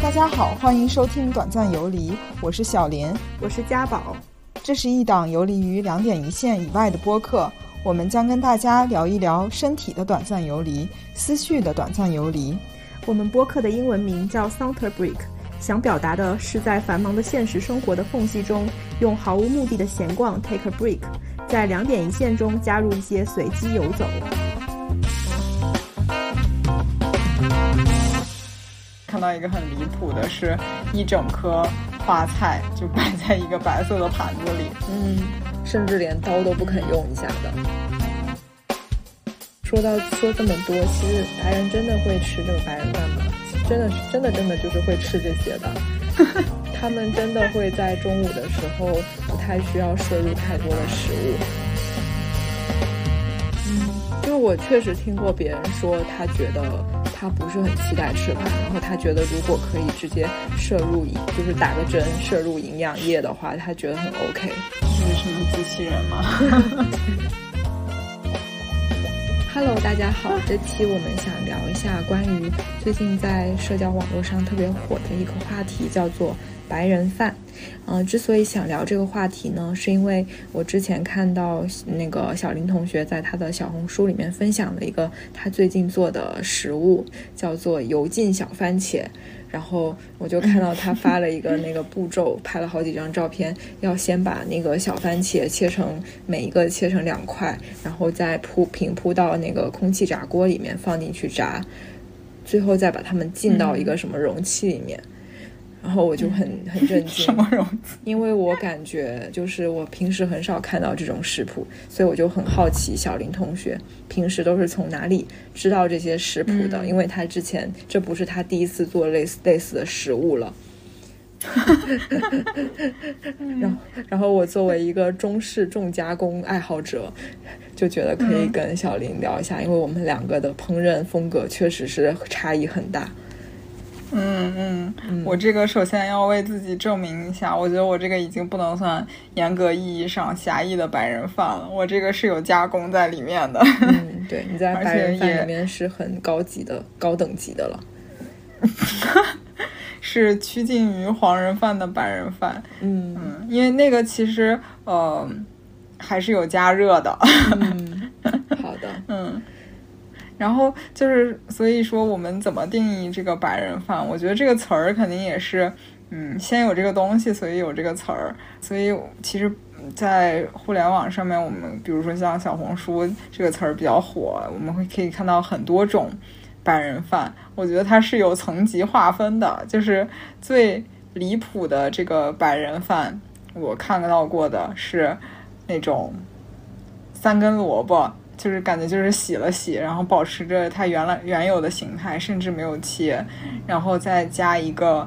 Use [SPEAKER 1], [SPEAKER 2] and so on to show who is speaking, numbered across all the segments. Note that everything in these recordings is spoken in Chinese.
[SPEAKER 1] 大家好，欢迎收听《短暂游离》，我是小林，
[SPEAKER 2] 我是家宝。
[SPEAKER 1] 这是一档游离于两点一线以外的播客，我们将跟大家聊一聊身体的短暂游离，思绪的短暂游离。
[SPEAKER 2] 我们播客的英文名叫 Saunter Break，想表达的是在繁忙的现实生活的缝隙中，用毫无目的的闲逛 take a break，在两点一线中加入一些随机游走。
[SPEAKER 1] 看到一个很离谱的是，一整颗花菜就摆在一个白色的盘子里。
[SPEAKER 3] 嗯，甚至连刀都不肯用一下的。说到说这么多，其实白人真的会吃这个白人饭吗？真的是真的真的就是会吃这些的。他们真的会在中午的时候不太需要摄入太多的食物。嗯，就是我确实听过别人说，他觉得他不是很期待吃饭，然后他觉得如果可以直接摄入，就是打个针摄入营养液的话，他觉得很 OK。
[SPEAKER 1] 是什么机器人吗？
[SPEAKER 3] Hello，大家好，这期我们想聊一下关于最近在社交网络上特别火的一个话题，叫做“白人饭”。嗯、之所以想聊这个话题呢，是因为我之前看到那个小林同学在他的小红书里面分享了一个他最近做的食物，叫做油浸小番茄。然后我就看到他发了一个那个步骤，拍了好几张照片，要先把那个小番茄切成每一个切成两块，然后再铺平铺到那个空气炸锅里面放进去炸，最后再把它们浸到一
[SPEAKER 1] 嗯
[SPEAKER 3] 个什么容器里面。然后我就很很 震惊，
[SPEAKER 1] 什么容器？
[SPEAKER 3] 因为我感觉就是我平时很少看到这种食谱，所以我就很好奇小林同学平时都是从哪里知道这些食谱的？因为
[SPEAKER 1] 嗯
[SPEAKER 3] 他之前这不是他第一次做类似类似的食物 了。然后，然后我作为一个中式重加工爱好者，就觉得可
[SPEAKER 1] 嗯
[SPEAKER 3] 以跟小林聊一下，因为我们两个的烹饪风格确实是差异很大。
[SPEAKER 1] 嗯嗯，我这个首先要为自己证明一下，我觉得我这个已经不能算严格意义上狭义的白人饭了，我这个是有加工在里面的。
[SPEAKER 3] 嗯，对，你在
[SPEAKER 1] 而
[SPEAKER 3] 白
[SPEAKER 1] 且
[SPEAKER 3] 人饭
[SPEAKER 1] 也
[SPEAKER 3] 里面是很高级的、高等级的了。
[SPEAKER 1] 是趋近于黄人饭的白人饭，
[SPEAKER 3] 嗯
[SPEAKER 1] 嗯，因为那个其实呃还是有加热的，
[SPEAKER 3] 嗯，好的，
[SPEAKER 1] 嗯。然后就是，所以说我们怎么定义这个白人饭？我觉得这个词儿肯定也是，嗯，先有这个东西，所以有这个词儿。所以其实，在互联网上面，我们比如说像小红书这个词儿比较火，我们会可以看到很多种白人饭。我觉得它是有层级划分的，就是最离谱的这个白人饭，我看到过的是那种三根萝卜，就是感觉就是洗了洗，然后保持着它原来原有的形态，甚至没有切，然后再加一个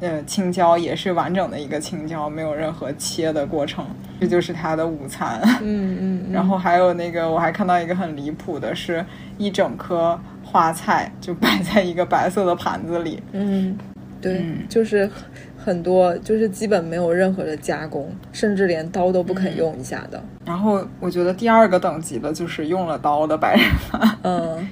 [SPEAKER 1] 呃青椒，也是完整的一个青椒，没有任何切的过程，这就是它的午餐。
[SPEAKER 3] 嗯 嗯嗯，
[SPEAKER 1] 然后还有那个，我还看到一个很离谱的是，一整颗花菜就摆在一个白色的盘子里，
[SPEAKER 3] 嗯，对，
[SPEAKER 1] 嗯
[SPEAKER 3] 就是很很多，就是基本没有任何的加工，甚至连刀都不肯用一下的。
[SPEAKER 1] 然后我觉得第二个等级的就是用了刀的白人饭，
[SPEAKER 3] 嗯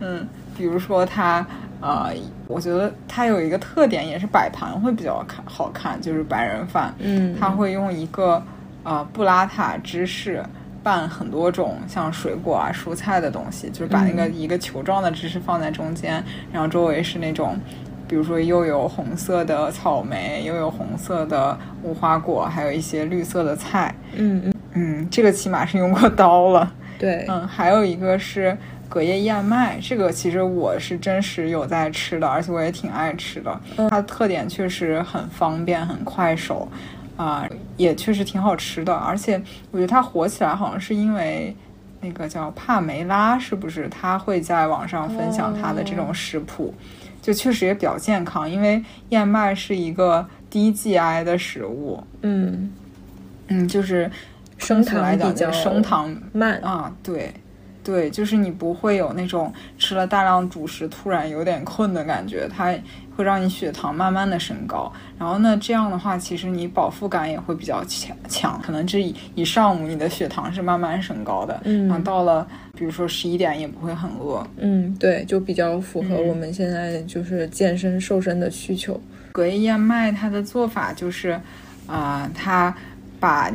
[SPEAKER 1] 嗯，比如说他，呃，我觉得他有一个特点，也是摆盘会比较看好看，就是白人饭，
[SPEAKER 3] 嗯，
[SPEAKER 1] 他会用一个呃布拉塔芝士拌很多种像水果啊、蔬菜的东西，就是把那
[SPEAKER 3] 嗯
[SPEAKER 1] 个一个球状的芝士放在中间，然后周围是那种。比如说，又有红色的草莓，又有红色的无花果，还有一些绿色的菜。
[SPEAKER 3] 嗯嗯，
[SPEAKER 1] 嗯，这个起码是用过刀了。
[SPEAKER 3] 对，
[SPEAKER 1] 嗯，还有一个是隔夜燕麦，这个其实我是真实有在吃的，而且我也挺爱吃的。
[SPEAKER 3] 嗯
[SPEAKER 1] 它的特点确实很方便，很快手，啊、也确实挺好吃的。而且我觉得它火起来好像是因为。那个叫帕梅拉，是不是她会在网上分享她的这种食谱？
[SPEAKER 3] 哦
[SPEAKER 1] 就确实也比较健康，因为燕麦是一个低 GI 的食物，
[SPEAKER 3] 嗯，
[SPEAKER 1] 嗯，就是
[SPEAKER 3] 升
[SPEAKER 1] 通俗来
[SPEAKER 3] 糖
[SPEAKER 1] 讲
[SPEAKER 3] 比较
[SPEAKER 1] 就是升糖
[SPEAKER 3] 慢，
[SPEAKER 1] 啊，对，对，就是你不会有那种吃了大量主食突然有点困的感觉，它会让你血糖慢慢的升高。然后呢，这样的话，其实你饱腹感也会比较强强，可能这一一上午你的血糖是慢慢升高的，
[SPEAKER 3] 嗯
[SPEAKER 1] 然后到了比如说十一点也不会很饿。
[SPEAKER 3] 嗯，对，就比较符合
[SPEAKER 1] 嗯
[SPEAKER 3] 我们现在就是健身瘦身的需求。
[SPEAKER 1] 隔夜燕麦它的做法就是，啊、它把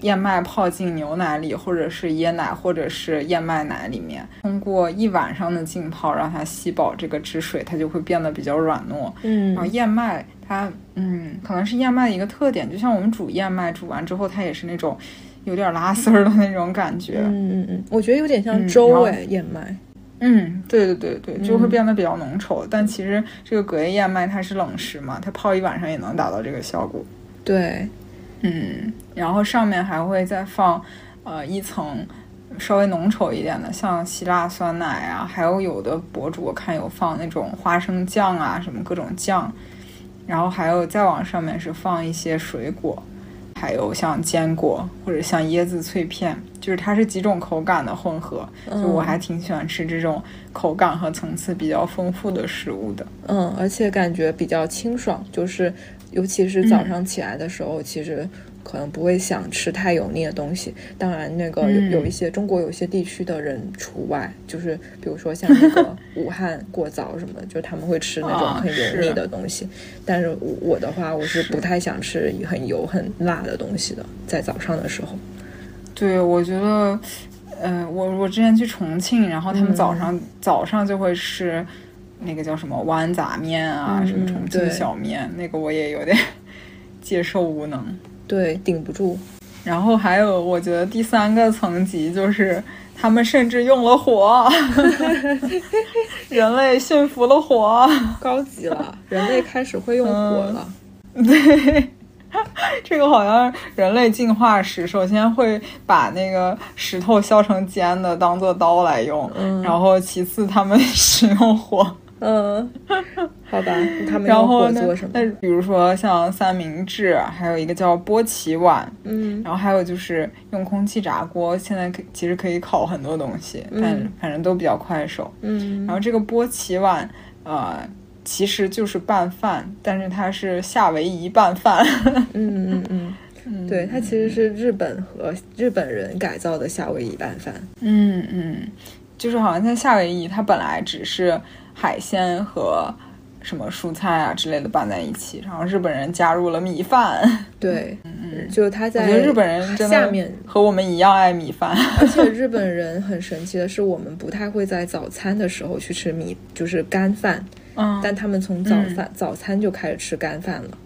[SPEAKER 1] 燕麦泡进牛奶里，或者是椰奶，或者是燕麦奶里面，通过一晚上的浸泡让它吸饱这个汁水，它就会变得比较软糯。
[SPEAKER 3] 嗯
[SPEAKER 1] 然后燕麦它，嗯，可能是燕麦的一个特点，就像我们煮燕麦，煮完之后它也是那种有点拉丝儿的那种感觉。
[SPEAKER 3] 嗯嗯嗯，我觉得有点像
[SPEAKER 1] 嗯然
[SPEAKER 3] 粥
[SPEAKER 1] 后
[SPEAKER 3] 哎，燕麦。
[SPEAKER 1] 嗯，对对对对，就会
[SPEAKER 3] 嗯
[SPEAKER 1] 变得比较浓稠。但其实这个隔夜燕麦它是冷食嘛，它泡一晚上也能达到这个效果。
[SPEAKER 3] 对，
[SPEAKER 1] 嗯，然后上面还会再放，呃，一层稍微浓稠一点的，像希腊酸奶啊，还有有的博主我看有放那种花生酱啊，什么各种酱，然后还有再往上面是放一些水果，还有像坚果或者像椰子脆片，就是它是几种口感的混合，就我
[SPEAKER 3] 嗯
[SPEAKER 1] 还挺喜欢吃这种口感和层次比较丰富的食物的。
[SPEAKER 3] 嗯，而且感觉比较清爽，就是尤其是
[SPEAKER 1] 嗯
[SPEAKER 3] 早上起来的时候，其实可能不会想吃太油腻的东西。当然，那个有
[SPEAKER 1] 嗯
[SPEAKER 3] 有一些中国有一些地区的人除外，就是比如说像那 个武汉过早什么的，就是他们会吃那种
[SPEAKER 1] 啊
[SPEAKER 3] 很油
[SPEAKER 1] 是
[SPEAKER 3] 腻的东西。但是我我的话，我是
[SPEAKER 1] 是
[SPEAKER 3] 不太想吃很油很辣的东西的，在早上的时候。
[SPEAKER 1] 对，我觉得，呃，我我之前去重庆，然后他们早
[SPEAKER 3] 嗯
[SPEAKER 1] 上、早上就会吃那个叫什么豌杂面啊，
[SPEAKER 3] 嗯
[SPEAKER 1] 什么重庆
[SPEAKER 3] 对
[SPEAKER 1] 小面，那个我也有点 接受无能。
[SPEAKER 3] 对，顶不住。
[SPEAKER 1] 然后还有，我觉得第三个层级就是他们甚至用了火， 人类驯服了火。
[SPEAKER 3] 高级了， 人类开始会用火
[SPEAKER 1] 嗯
[SPEAKER 3] 了。
[SPEAKER 1] 这个好像人类进化史，首先会把那个石头削成尖的当做刀来用，然后其次他们 使用火，
[SPEAKER 3] 嗯，好吧，他们
[SPEAKER 1] 然
[SPEAKER 3] 用
[SPEAKER 1] 后
[SPEAKER 3] 火
[SPEAKER 1] 呢
[SPEAKER 3] 做什么？
[SPEAKER 1] 那比如说像三明治，啊还有一个叫波奇碗，
[SPEAKER 3] 嗯，
[SPEAKER 1] 然后还有就是用空气炸锅，现在可其实可以烤很多东西，但反正都比较快手。
[SPEAKER 3] 嗯
[SPEAKER 1] 然后这个波奇碗，呃，其实就是拌饭，但是它是夏威夷拌饭。
[SPEAKER 3] 嗯嗯嗯，对，它其实是日本和日本人改造的夏威夷拌饭。
[SPEAKER 1] 嗯嗯，就是好像在夏威夷，它本来只是海鲜和什么蔬菜啊之类的拌在一起，然后日本人加入了米饭。
[SPEAKER 3] 对，嗯，就是它
[SPEAKER 1] 我
[SPEAKER 3] 在
[SPEAKER 1] 觉得日本人真
[SPEAKER 3] 下
[SPEAKER 1] 的
[SPEAKER 3] 面，
[SPEAKER 1] 和我们一样爱米饭。
[SPEAKER 3] 而且日本人很神奇的是，我们不太会在早餐的时候去吃米，就是干饭，
[SPEAKER 1] 嗯，
[SPEAKER 3] 但他们从早饭、早餐就开始吃干饭了。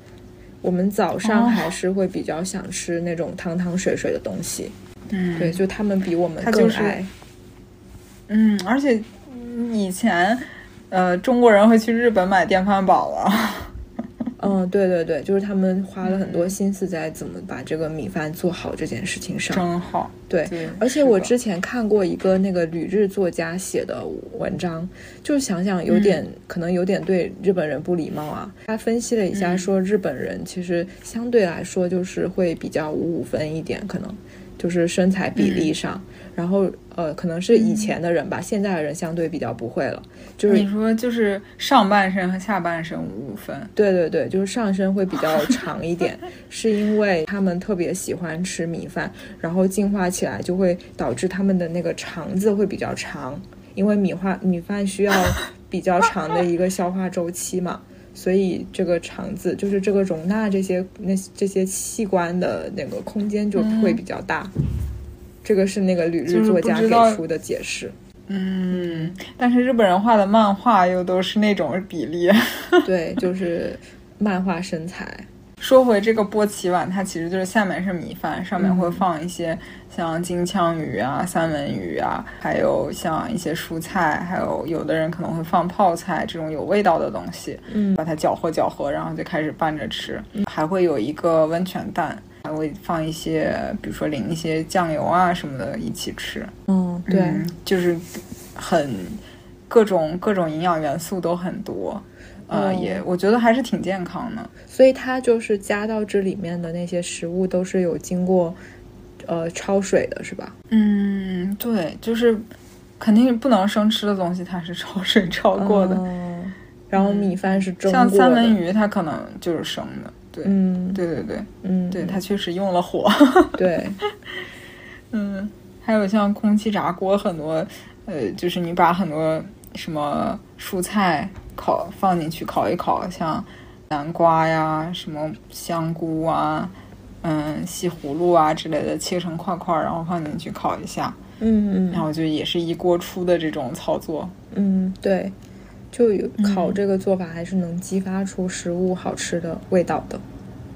[SPEAKER 3] 我们早上
[SPEAKER 1] 哦
[SPEAKER 3] 还是会比较想吃那种汤汤水水的东西，
[SPEAKER 1] 嗯
[SPEAKER 3] 对，就他们比我们
[SPEAKER 1] 它
[SPEAKER 3] 更
[SPEAKER 1] 就是
[SPEAKER 3] 爱，
[SPEAKER 1] 嗯，而且以前，呃，中国人会去日本买电饭煲了。
[SPEAKER 3] 嗯，对对对，就是他们花了很多心思在怎么把这个米饭做好这件事情上。
[SPEAKER 1] 真好，
[SPEAKER 3] 对，
[SPEAKER 1] 对
[SPEAKER 3] 而且
[SPEAKER 1] 是
[SPEAKER 3] 我
[SPEAKER 1] 的
[SPEAKER 3] 之前看过一个那个旅日作家写的文章，就是想想有点、可能有点对日本人不礼貌啊。他分析了一下，说日本人其实相对来说就是会比较五五分一点，可能就是身材比例上，然后呃，可能是以前的人吧，现在的人相对比较不会了，就是
[SPEAKER 1] 你说就是上半身和下半身五五分，
[SPEAKER 3] 对对对，就是上身会比较长一点，是因为他们特别喜欢吃米饭，然后进化起来就会导致他们的那个肠子会比较长，因为米化米饭需要比较长的一个消化周期嘛，所以这个肠子就是这个容纳这些那这些器官的那个空间就会比较大。这个是那个旅日
[SPEAKER 1] 就是
[SPEAKER 3] 作
[SPEAKER 1] 不
[SPEAKER 3] 家
[SPEAKER 1] 知道
[SPEAKER 3] 给出的解释，
[SPEAKER 1] 嗯，但是日本人画的漫画又都是那种比例。
[SPEAKER 3] 对，就是漫画身材，
[SPEAKER 1] 说回这个波奇碗，它其实就是下面是米饭，上
[SPEAKER 3] 嗯
[SPEAKER 1] 面会放一些像金枪鱼啊、三文鱼啊，还有像一些蔬菜，还有有的人可能会放泡菜这种有味道的东西，
[SPEAKER 3] 嗯
[SPEAKER 1] 把它搅和搅和，然后就开始拌着吃，还会有一个温泉蛋。还会放一些，比如说淋一些酱油啊什么的一起吃，
[SPEAKER 3] 嗯，对。
[SPEAKER 1] 嗯就是很各种各种营养元素都很多，呃，
[SPEAKER 3] 哦
[SPEAKER 1] 也我觉得还是挺健康的。
[SPEAKER 3] 所以它就是加到这里面的那些食物都是有经过呃焯水的，是吧？
[SPEAKER 1] 嗯，对，就是肯定不能生吃的东西，它是焯水焯过的。
[SPEAKER 3] 嗯然后米饭是蒸过
[SPEAKER 1] 像
[SPEAKER 3] 的，
[SPEAKER 1] 三文鱼，它可能就是生的。对，
[SPEAKER 3] 嗯，
[SPEAKER 1] 对对对，
[SPEAKER 3] 嗯，
[SPEAKER 1] 对，它确实用了火。
[SPEAKER 3] 对，
[SPEAKER 1] 嗯，还有像空气炸锅，很多呃，就是你把很多什么蔬菜烤放进去烤一烤，像南瓜呀、什么香菇啊、嗯西葫芦啊之类的，切成块块，然后放进去烤一下，
[SPEAKER 3] 嗯
[SPEAKER 1] 然后就也是一锅出的这种操作。
[SPEAKER 3] 嗯，对，就有
[SPEAKER 1] 嗯
[SPEAKER 3] 烤这个做法还是能激发出食物好吃的味道的。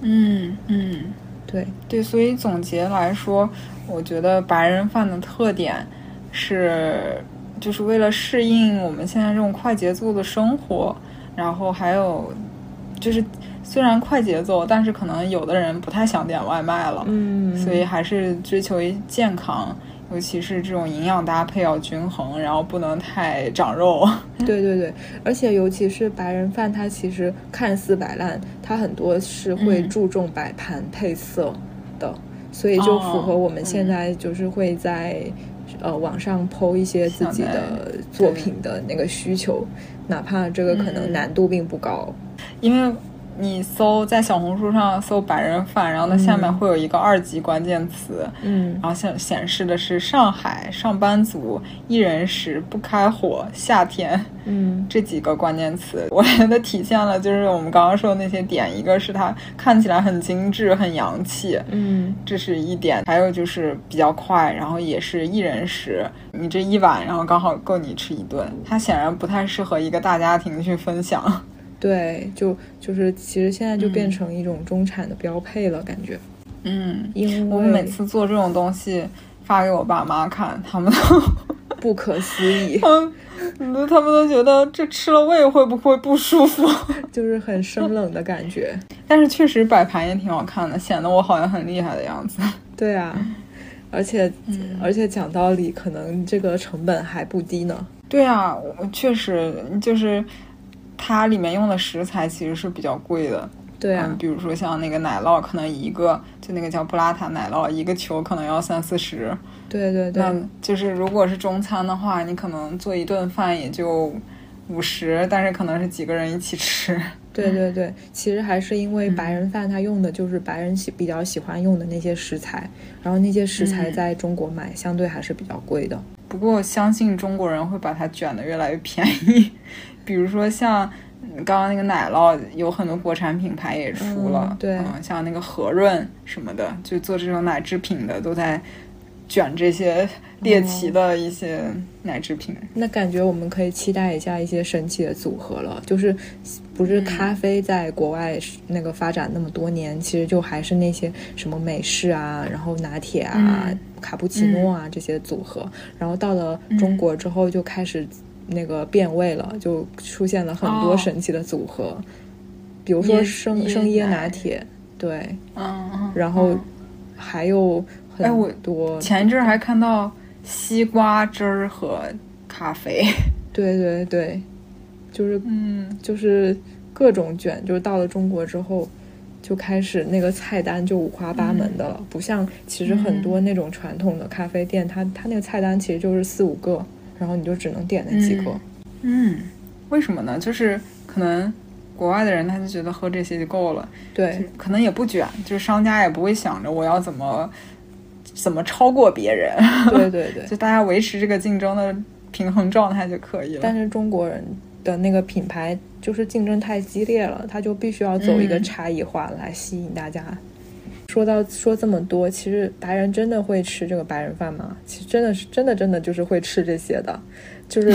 [SPEAKER 1] 嗯嗯，
[SPEAKER 3] 对，
[SPEAKER 1] 对，所以总结来说，我觉得白人饭的特点是，就是为了适应我们现在这种快节奏的生活，然后还有就是虽然快节奏，但是可能有的人不太想点外卖了，
[SPEAKER 3] 嗯
[SPEAKER 1] 所以还是追求一健康，尤其是这种营养搭配要均衡，然后不能太长肉。
[SPEAKER 3] 对对对，而且尤其是白人饭，它其实看似摆烂，它很多是会
[SPEAKER 1] 嗯
[SPEAKER 3] 注重摆盘配色的，所以就符合
[SPEAKER 1] 哦
[SPEAKER 3] 我们现
[SPEAKER 1] 嗯
[SPEAKER 3] 在就是会在、呃网上剖一些自
[SPEAKER 1] 想
[SPEAKER 3] 己
[SPEAKER 1] 来
[SPEAKER 3] 的作
[SPEAKER 1] 对
[SPEAKER 3] 品的那个需求，哪怕这个可能
[SPEAKER 1] 嗯
[SPEAKER 3] 难度并不高。
[SPEAKER 1] 因为你搜在小红书上搜白人饭，然后它下面会有一个二级关键词，
[SPEAKER 3] 嗯
[SPEAKER 1] 然后显显示的是上海上班族一人食不开火夏天
[SPEAKER 3] 嗯
[SPEAKER 1] 这几个关键词，我 觉得体现了就是我们刚刚说的那些点，一个是它看起来很精致很洋气。
[SPEAKER 3] 嗯
[SPEAKER 1] 这是一点，还有就是比较快，然后也是一人食，你这一碗，然后刚好够你吃一顿。它显然不太适合一个大家庭去分享。
[SPEAKER 3] 对，就就是其实现在就变
[SPEAKER 1] 嗯
[SPEAKER 3] 成一种中产的标配了，感觉。
[SPEAKER 1] 嗯，
[SPEAKER 3] 因为
[SPEAKER 1] 我每次做这种东西发给我爸妈看，他们都，，
[SPEAKER 3] 不可思议
[SPEAKER 1] 嗯，他们都觉得这吃了胃会不会不舒服？
[SPEAKER 3] 就是很生冷的感觉。
[SPEAKER 1] 但是确实摆盘也挺好看的，显得我好像很厉害的样子。
[SPEAKER 3] 对啊，而且、而且讲道理，可能这个成本还不低呢。
[SPEAKER 1] 对啊，我确实就是它里面用的食材其实是比较贵的。
[SPEAKER 3] 对啊
[SPEAKER 1] 嗯，比如说像那个奶酪，可能一个就那个叫布拉塔奶酪，一个球可能要三四十。
[SPEAKER 3] 对对对
[SPEAKER 1] 那就是如果是中餐的话，你可能做一顿饭也就五十，但是可能是几个人一起吃。
[SPEAKER 3] 对对对，其实还是因为白人饭他用的就是白人喜比较喜欢用的那些食材，然后那些食材
[SPEAKER 1] 嗯
[SPEAKER 3] 在中国买相对还是比较贵的。
[SPEAKER 1] 不过相信中国人会把它卷得越来越便宜，比如说像嗯刚刚那个奶酪，有很多国产品牌也出了，
[SPEAKER 3] 嗯对
[SPEAKER 1] 嗯像那个和润什么的，就做这种奶制品的都在卷这些猎奇的一些奶制品。
[SPEAKER 3] 那感觉我们可以期待一下一些神奇的组合了，就是不是咖啡在国外是那个发展那么多年，其实就还是那些什么美式啊，然后拿铁啊、
[SPEAKER 1] 嗯
[SPEAKER 3] 卡布奇诺啊、这些组合，然后到了中国之后就开始那个变味了，就出现了很多
[SPEAKER 1] 哦
[SPEAKER 3] 神奇的组合，比如说
[SPEAKER 1] 椰
[SPEAKER 3] 生
[SPEAKER 1] 椰
[SPEAKER 3] 生椰
[SPEAKER 1] 奶
[SPEAKER 3] 拿铁，对，
[SPEAKER 1] 嗯，嗯
[SPEAKER 3] 然后
[SPEAKER 1] 嗯
[SPEAKER 3] 还有很
[SPEAKER 1] 哎我
[SPEAKER 3] 多，
[SPEAKER 1] 前一阵儿还看到西瓜汁儿和咖啡，
[SPEAKER 3] 对对对，就是
[SPEAKER 1] 嗯，
[SPEAKER 3] 就是各种卷，就是到了中国之后，就开始那个菜单就五花八门的了，
[SPEAKER 1] 嗯
[SPEAKER 3] 不像其实很多那种传统的咖啡店，它它那个菜单其实就是四五个，然后你就只能点那几个。
[SPEAKER 1] 嗯，为什么呢？就是可能国外的人他就觉得喝这些就够了，
[SPEAKER 3] 对
[SPEAKER 1] 可能也不卷，就是商家也不会想着我要怎么怎么超过别人，
[SPEAKER 3] 对对对，
[SPEAKER 1] 就大家维持这个竞争的平衡状态就可以了
[SPEAKER 3] 但。是中国人的那个品牌就是竞争太激烈了，他就必须要走一个
[SPEAKER 1] 嗯
[SPEAKER 3] 差异化来吸引大家。说到说这么多，其实白人真的会吃这个白人饭吗？其实真的是真的真的就是会吃这些的，就是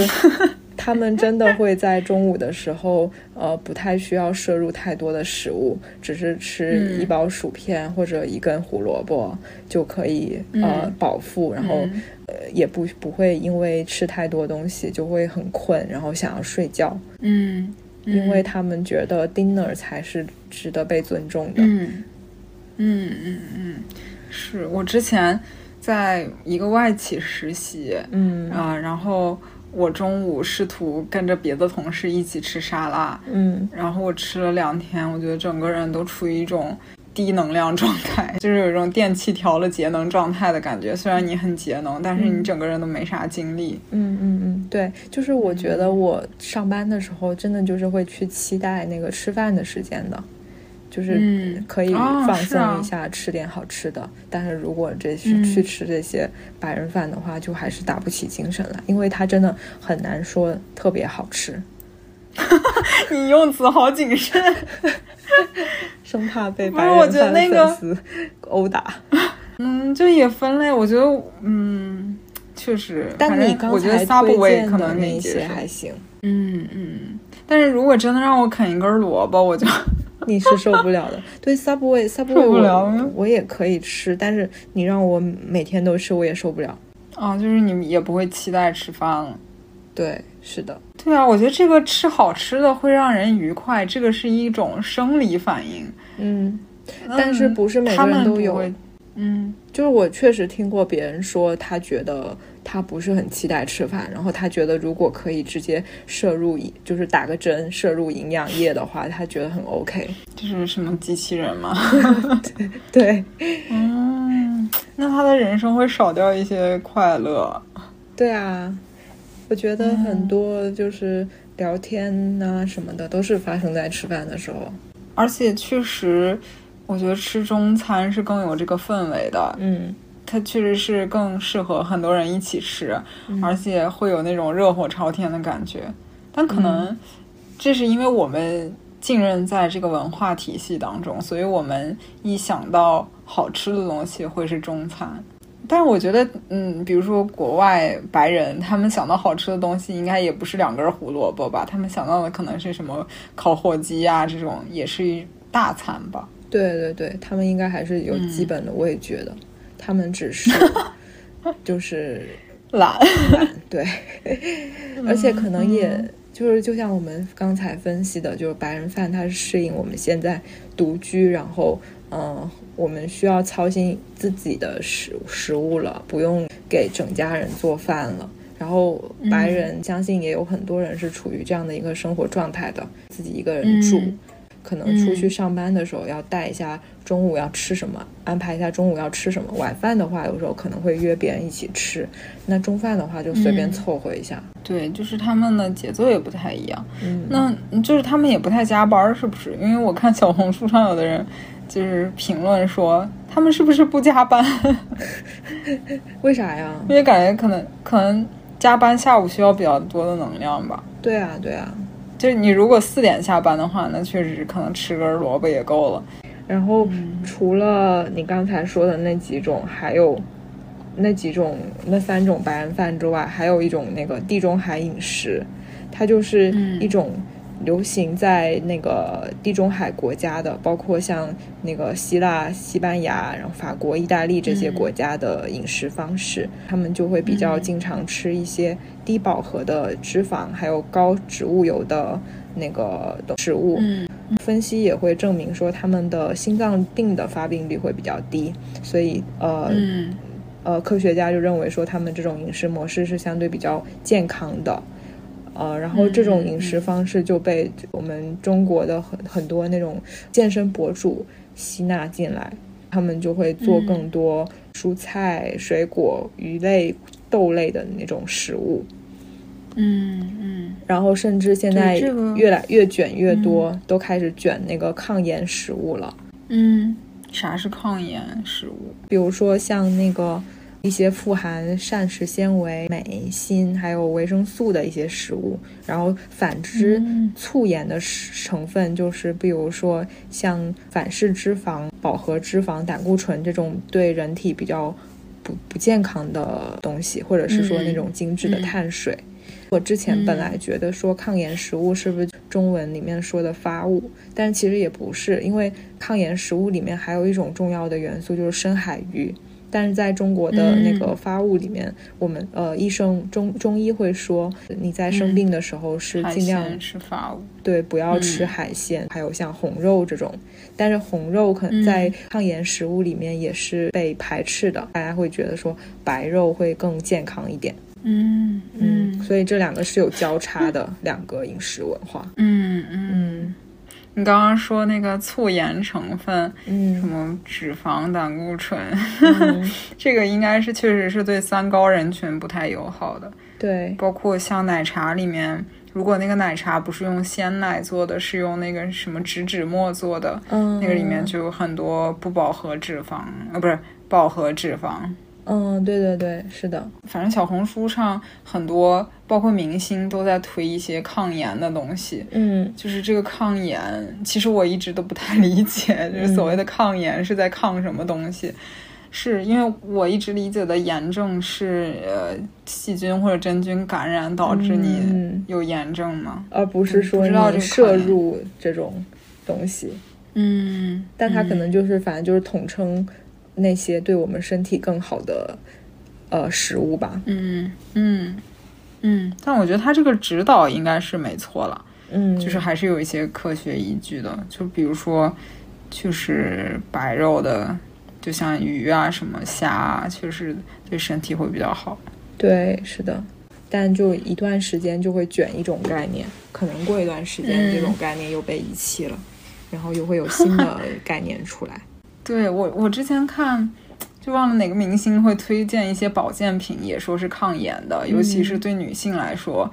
[SPEAKER 3] 他们真的会在中午的时候，呃，不太需要摄入太多的食物，只是吃
[SPEAKER 1] 嗯
[SPEAKER 3] 一包薯片或者一根胡萝卜就可以、呃
[SPEAKER 1] 嗯
[SPEAKER 3] 饱腹，然后、
[SPEAKER 1] 嗯
[SPEAKER 3] 呃也不不会因为吃太多东西就会很困，然后想要睡觉，
[SPEAKER 1] 嗯，
[SPEAKER 3] 因为他们觉得 dinner 才是值得被尊重的。
[SPEAKER 1] 嗯嗯嗯嗯，是我之前在一个外企实习，
[SPEAKER 3] 嗯
[SPEAKER 1] 啊、然后我中午试图跟着别的同事一起吃沙拉，
[SPEAKER 3] 嗯
[SPEAKER 1] 然后我吃了两天，我觉得整个人都处于一种低能量状态，就是有一种电器调了节能状态的感觉。虽然你很节能，但是你整个人都没啥 精力。
[SPEAKER 3] 嗯嗯嗯，对，就是我觉得我上班的时候，真的就是会去期待那个吃饭的时间的，就是
[SPEAKER 1] 嗯
[SPEAKER 3] 可以
[SPEAKER 1] 哦
[SPEAKER 3] 放
[SPEAKER 1] 是
[SPEAKER 3] 松
[SPEAKER 1] 啊嗯
[SPEAKER 3] 一下，吃点好吃的。但是如果这去、去吃这些白人饭的话，就还是打不起精神来，因为它真的很难说特别好吃，
[SPEAKER 1] 你用词好谨慎。
[SPEAKER 3] 生怕被
[SPEAKER 1] 不
[SPEAKER 3] 白
[SPEAKER 1] 是我
[SPEAKER 3] 人
[SPEAKER 1] 觉得
[SPEAKER 3] 饭
[SPEAKER 1] 那个
[SPEAKER 3] 粉丝殴打。
[SPEAKER 1] 嗯，就也分类，我觉得，嗯，确实。
[SPEAKER 3] 但
[SPEAKER 1] 反
[SPEAKER 3] 你
[SPEAKER 1] 正
[SPEAKER 3] 刚
[SPEAKER 1] 我觉得
[SPEAKER 3] 才
[SPEAKER 1] s u b
[SPEAKER 3] 推
[SPEAKER 1] w a
[SPEAKER 3] 荐
[SPEAKER 1] 可
[SPEAKER 3] 的
[SPEAKER 1] 能可
[SPEAKER 3] 那
[SPEAKER 1] 以接
[SPEAKER 3] 些
[SPEAKER 1] 受
[SPEAKER 3] 还行，
[SPEAKER 1] 嗯嗯，但是如果真的让我啃一根萝卜，我就
[SPEAKER 3] 你是受不了的。对 Subway Subway
[SPEAKER 1] 受不了
[SPEAKER 3] 我
[SPEAKER 1] 吗
[SPEAKER 3] 我也可以吃，但是你让我每天都吃，我也受不了。
[SPEAKER 1] 啊，就是你也不会期待吃饭了。
[SPEAKER 3] 对，是的，
[SPEAKER 1] 对啊，我觉得这个吃好吃的会让人愉快，这个是一种生理反应。
[SPEAKER 3] 嗯，但是
[SPEAKER 1] 嗯
[SPEAKER 3] 不是每
[SPEAKER 1] 他
[SPEAKER 3] 个
[SPEAKER 1] 们
[SPEAKER 3] 人都
[SPEAKER 1] 不
[SPEAKER 3] 有
[SPEAKER 1] 会。嗯，
[SPEAKER 3] 就是我确实听过别人说，他觉得他不是很期待吃饭，然后他觉得如果可以直接摄入一，就是打个针摄入营养液的话，他觉得很 OK。
[SPEAKER 1] 这是什么机器人吗？
[SPEAKER 3] 对
[SPEAKER 1] 嗯，那他的人生会少掉一些快乐。
[SPEAKER 3] 对啊，我觉得
[SPEAKER 1] 嗯
[SPEAKER 3] 很多就是聊天呐、什么的，都是发生在吃饭的时候。
[SPEAKER 1] 而且确实，我觉得吃中餐是更有这个氛围的，
[SPEAKER 3] 嗯。
[SPEAKER 1] 它确实是更适合很多人一起吃，而且会有那种热火朝天的感觉。但可能这是因为我们浸润在这个文化体系当中，所以我们一想到好吃的东西会是中餐。但是我觉得，嗯，比如说国外白人，他们想到好吃的东西，应该也不是两根胡萝卜吧？他们想到的可能是什么烤火鸡啊，这种也是一大餐吧？
[SPEAKER 3] 对对对，他们应该还是有基本的味觉的，
[SPEAKER 1] 嗯
[SPEAKER 3] 他们只 是就是
[SPEAKER 1] 懒， 嗯
[SPEAKER 3] 对，而且可能也就是就像我们刚才分析的，就是白人饭它是适应我们现在独居，然后嗯、呃我们需要操心自己的食食物了，不用给整家人做饭了。然后
[SPEAKER 1] 嗯
[SPEAKER 3] 白人相信也有很多人是处于这样的一个生活状态的，自己一个人住，
[SPEAKER 1] 嗯
[SPEAKER 3] 可能出去上班的时候要带一下中午要吃什么，安排一下中午要吃什么。晚饭的话，有时候可能会约别人一起吃，那中饭的话就随便
[SPEAKER 1] 嗯
[SPEAKER 3] 凑合一下。
[SPEAKER 1] 对，就是他们的节奏也不太一样。
[SPEAKER 3] 嗯，
[SPEAKER 1] 那就是他们也不太加班，儿，是不是？因为我看小红书上有的人就是评论说，他们是不是不加班？
[SPEAKER 3] 为啥呀？
[SPEAKER 1] 因为感觉可能可能加班下午需要比较多的能量吧。
[SPEAKER 3] 对啊，对啊。
[SPEAKER 1] 就是你如果四点下班的话，那确实可能吃根萝卜也够了。
[SPEAKER 3] 然后除了你刚才说的那几种，还有那几种那三种白人饭之外，还有一种那个地中海饮食，它就是
[SPEAKER 1] 嗯
[SPEAKER 3] 一种流行在那个地中海国家的，包括像那个希腊、西班牙，然后法国、意大利这些国家的饮食方式，他们就会比较经常吃一些低饱和的脂肪，还有高植物油的那个食物。
[SPEAKER 1] 嗯
[SPEAKER 3] 分析也会证明说，他们的心脏病的发病率会比较低，所以呃、
[SPEAKER 1] 嗯
[SPEAKER 3] 呃，科学家就认为说，他们这种饮食模式是相对比较健康的。呃，然后这种
[SPEAKER 1] 嗯
[SPEAKER 3] 饮食方式就被我们中国的很很多那种健身博主吸纳进来，他们就会做
[SPEAKER 1] 嗯
[SPEAKER 3] 更多蔬菜、水果、鱼类、豆类的那种食物。
[SPEAKER 1] 嗯嗯，
[SPEAKER 3] 然后甚至现在
[SPEAKER 1] 对这个
[SPEAKER 3] 越来越卷越多，都开始卷那个抗炎食物了。
[SPEAKER 1] 嗯，啥是抗炎食物？
[SPEAKER 3] 比如说像那个一些富含膳食纤维、镁、锌还有维生素的一些食物，然后反之，
[SPEAKER 1] 嗯
[SPEAKER 3] 促炎的食成分就是比如说像反式脂肪、饱和脂肪、胆固醇这种对人体比较不不健康的东西，或者是说那种精致的碳水。我之前本来觉得说抗炎食物是不是中文里面说的发物，但其实也不是，因为抗炎食物里面还有一种重要的元素就是深海鱼。但是在中国的那个发物里面，我们呃医生中中医会说，你在生病的时候是
[SPEAKER 1] 海
[SPEAKER 3] 尽量
[SPEAKER 1] 鲜是发物。
[SPEAKER 3] 对，不要吃海鲜，还有像红肉这种。但是红肉可能
[SPEAKER 1] 嗯
[SPEAKER 3] 在抗炎食物里面也是被排斥的，大家会觉得说白肉会更健康一点。
[SPEAKER 1] 嗯嗯
[SPEAKER 3] 所以这两个是有交叉的两个饮食文化。
[SPEAKER 1] 嗯嗯。
[SPEAKER 3] 嗯，
[SPEAKER 1] 你刚刚说那个促盐成分，
[SPEAKER 3] 嗯
[SPEAKER 1] 什么脂肪胆固醇，
[SPEAKER 3] 嗯
[SPEAKER 1] 这个应该是确实是对三高人群不太友好的。
[SPEAKER 3] 对，
[SPEAKER 1] 包括像奶茶里面，如果那个奶茶不是用鲜奶做的，是用那个什么植脂末做的，
[SPEAKER 3] 嗯，
[SPEAKER 1] 那个里面就有很多不饱和脂肪，呃，不是饱和脂肪。
[SPEAKER 3] 嗯，对对对，是的，
[SPEAKER 1] 反正小红书上很多，包括明星都在推一些抗炎的东西。
[SPEAKER 3] 嗯
[SPEAKER 1] 就是这个抗炎，其实我一直都不太理解，就是所谓的抗炎是在抗什么东西？是因为我一直理解的炎症是呃细菌或者真菌感染导致你
[SPEAKER 3] 嗯
[SPEAKER 1] 有炎症吗？
[SPEAKER 3] 而不是
[SPEAKER 1] 嗯不
[SPEAKER 3] 说
[SPEAKER 1] 知道
[SPEAKER 3] 你
[SPEAKER 1] 这个
[SPEAKER 3] 摄
[SPEAKER 1] 抗炎
[SPEAKER 3] 入这种东西，
[SPEAKER 1] 嗯，
[SPEAKER 3] 但它可能就是反正就是统称那些对我们身体更好的呃食物吧。
[SPEAKER 1] 嗯嗯嗯，但我觉得他这个指导应该是没错了，
[SPEAKER 3] 嗯，
[SPEAKER 1] 就是还是有一些科学依据的，就比如说，就是白肉的，就像鱼啊、什么虾啊，确实对身体会比较好。
[SPEAKER 3] 对，是的。但就一段时间就会卷一种概念，可能过一段时
[SPEAKER 1] 嗯
[SPEAKER 3] 间这种概念又被遗弃了，然后又会有新 的概念出来。
[SPEAKER 1] 对我，我之前看。就忘了哪个明星会推荐一些保健品，也说是抗炎的，尤其
[SPEAKER 3] 嗯
[SPEAKER 1] 是对女性来说，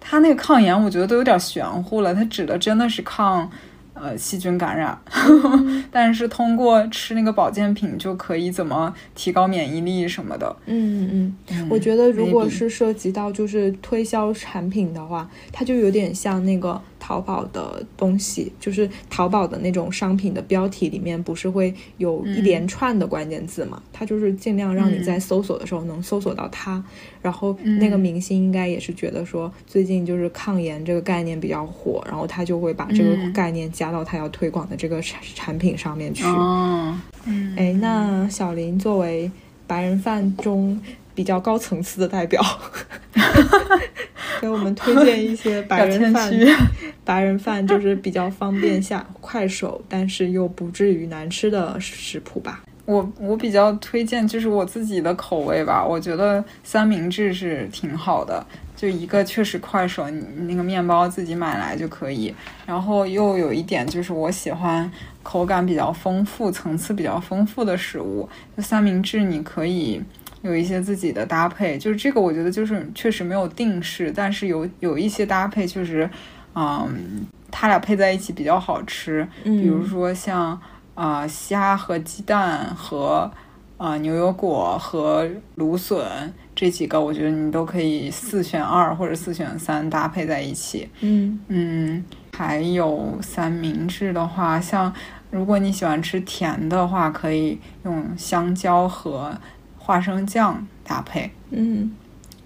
[SPEAKER 1] 他那个抗炎我觉得都有点玄乎了。他指的真的是抗呃细菌感染，
[SPEAKER 3] 嗯
[SPEAKER 1] 但是通过吃那个保健品就可以怎么提高免疫力什么的。
[SPEAKER 3] 嗯嗯，我觉得如果
[SPEAKER 1] maybe
[SPEAKER 3] 是涉及到就是推销产品的话，它就有点像那个淘宝的东西，就是淘宝的那种商品的标题里面不是会有一连串的关键字嘛？它就是尽量让你
[SPEAKER 1] 嗯
[SPEAKER 3] 在搜索的时候能搜索到它。然后那个
[SPEAKER 1] 嗯
[SPEAKER 3] 明星应该也是觉得说，最近就是抗炎这个概念比较火，然后他就会把这个
[SPEAKER 1] 嗯
[SPEAKER 3] 概念加到他要推广的这个产产品上面去。
[SPEAKER 1] 哦，嗯，
[SPEAKER 3] 哎，那小林作为白人饭中比较高层次的代 表，给我们推荐一些白
[SPEAKER 1] 要
[SPEAKER 3] 人
[SPEAKER 1] 谦
[SPEAKER 3] 饭。
[SPEAKER 1] 虚。
[SPEAKER 3] 白人饭就是比较方便下快手，但是又不至于难吃的食谱吧。
[SPEAKER 1] 我我比较推荐就是我自己的口味吧，我觉得三明治是挺好的，就一个确实快手，你你那个面包自己买来就可以。然后又有一点就是我喜欢口感比较丰富、层次比较丰富的食物，就三明治你可以。有一些自己的搭配，就是这个，我觉得就是确实没有定式，但是有有一些搭配确实，嗯，它俩配在一起比较好吃。
[SPEAKER 3] 嗯
[SPEAKER 1] 比如说像啊、呃虾和鸡蛋和啊、呃牛油果和芦笋这几个，我觉得你都可以四选二或者四选三搭配在一起。
[SPEAKER 3] 嗯
[SPEAKER 1] 嗯，还有三明治的话，像如果你喜欢吃甜的话，可以用香蕉和花生酱搭配。
[SPEAKER 3] 嗯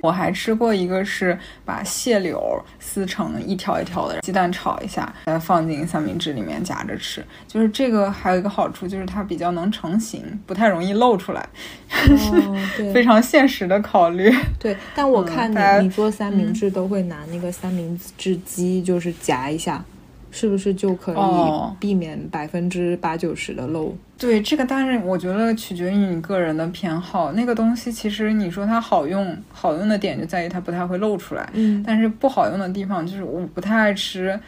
[SPEAKER 1] 我还吃过一个是把蟹柳撕成一条一条的，鸡蛋炒一下，再放进三明治里面夹着吃。就是这个还有一个好处就是它比较能成型，不太容易露出来，
[SPEAKER 3] 哦，
[SPEAKER 1] 非嗯
[SPEAKER 3] 对
[SPEAKER 1] 常现实的考虑。
[SPEAKER 3] 对，但我看你、
[SPEAKER 1] 大家
[SPEAKER 3] 你做三
[SPEAKER 1] 嗯
[SPEAKER 3] 明治都会拿那个三明治机，就是夹一下，是不是就可
[SPEAKER 1] 哦
[SPEAKER 3] 以避免百分之八九十的漏？
[SPEAKER 1] 对这个，但是我觉得取决于你个人的偏好。那个东西其实你说它好用，好用的点就在于它不太会露出来。
[SPEAKER 3] 嗯
[SPEAKER 1] 但是不好用的地方就是我不太爱吃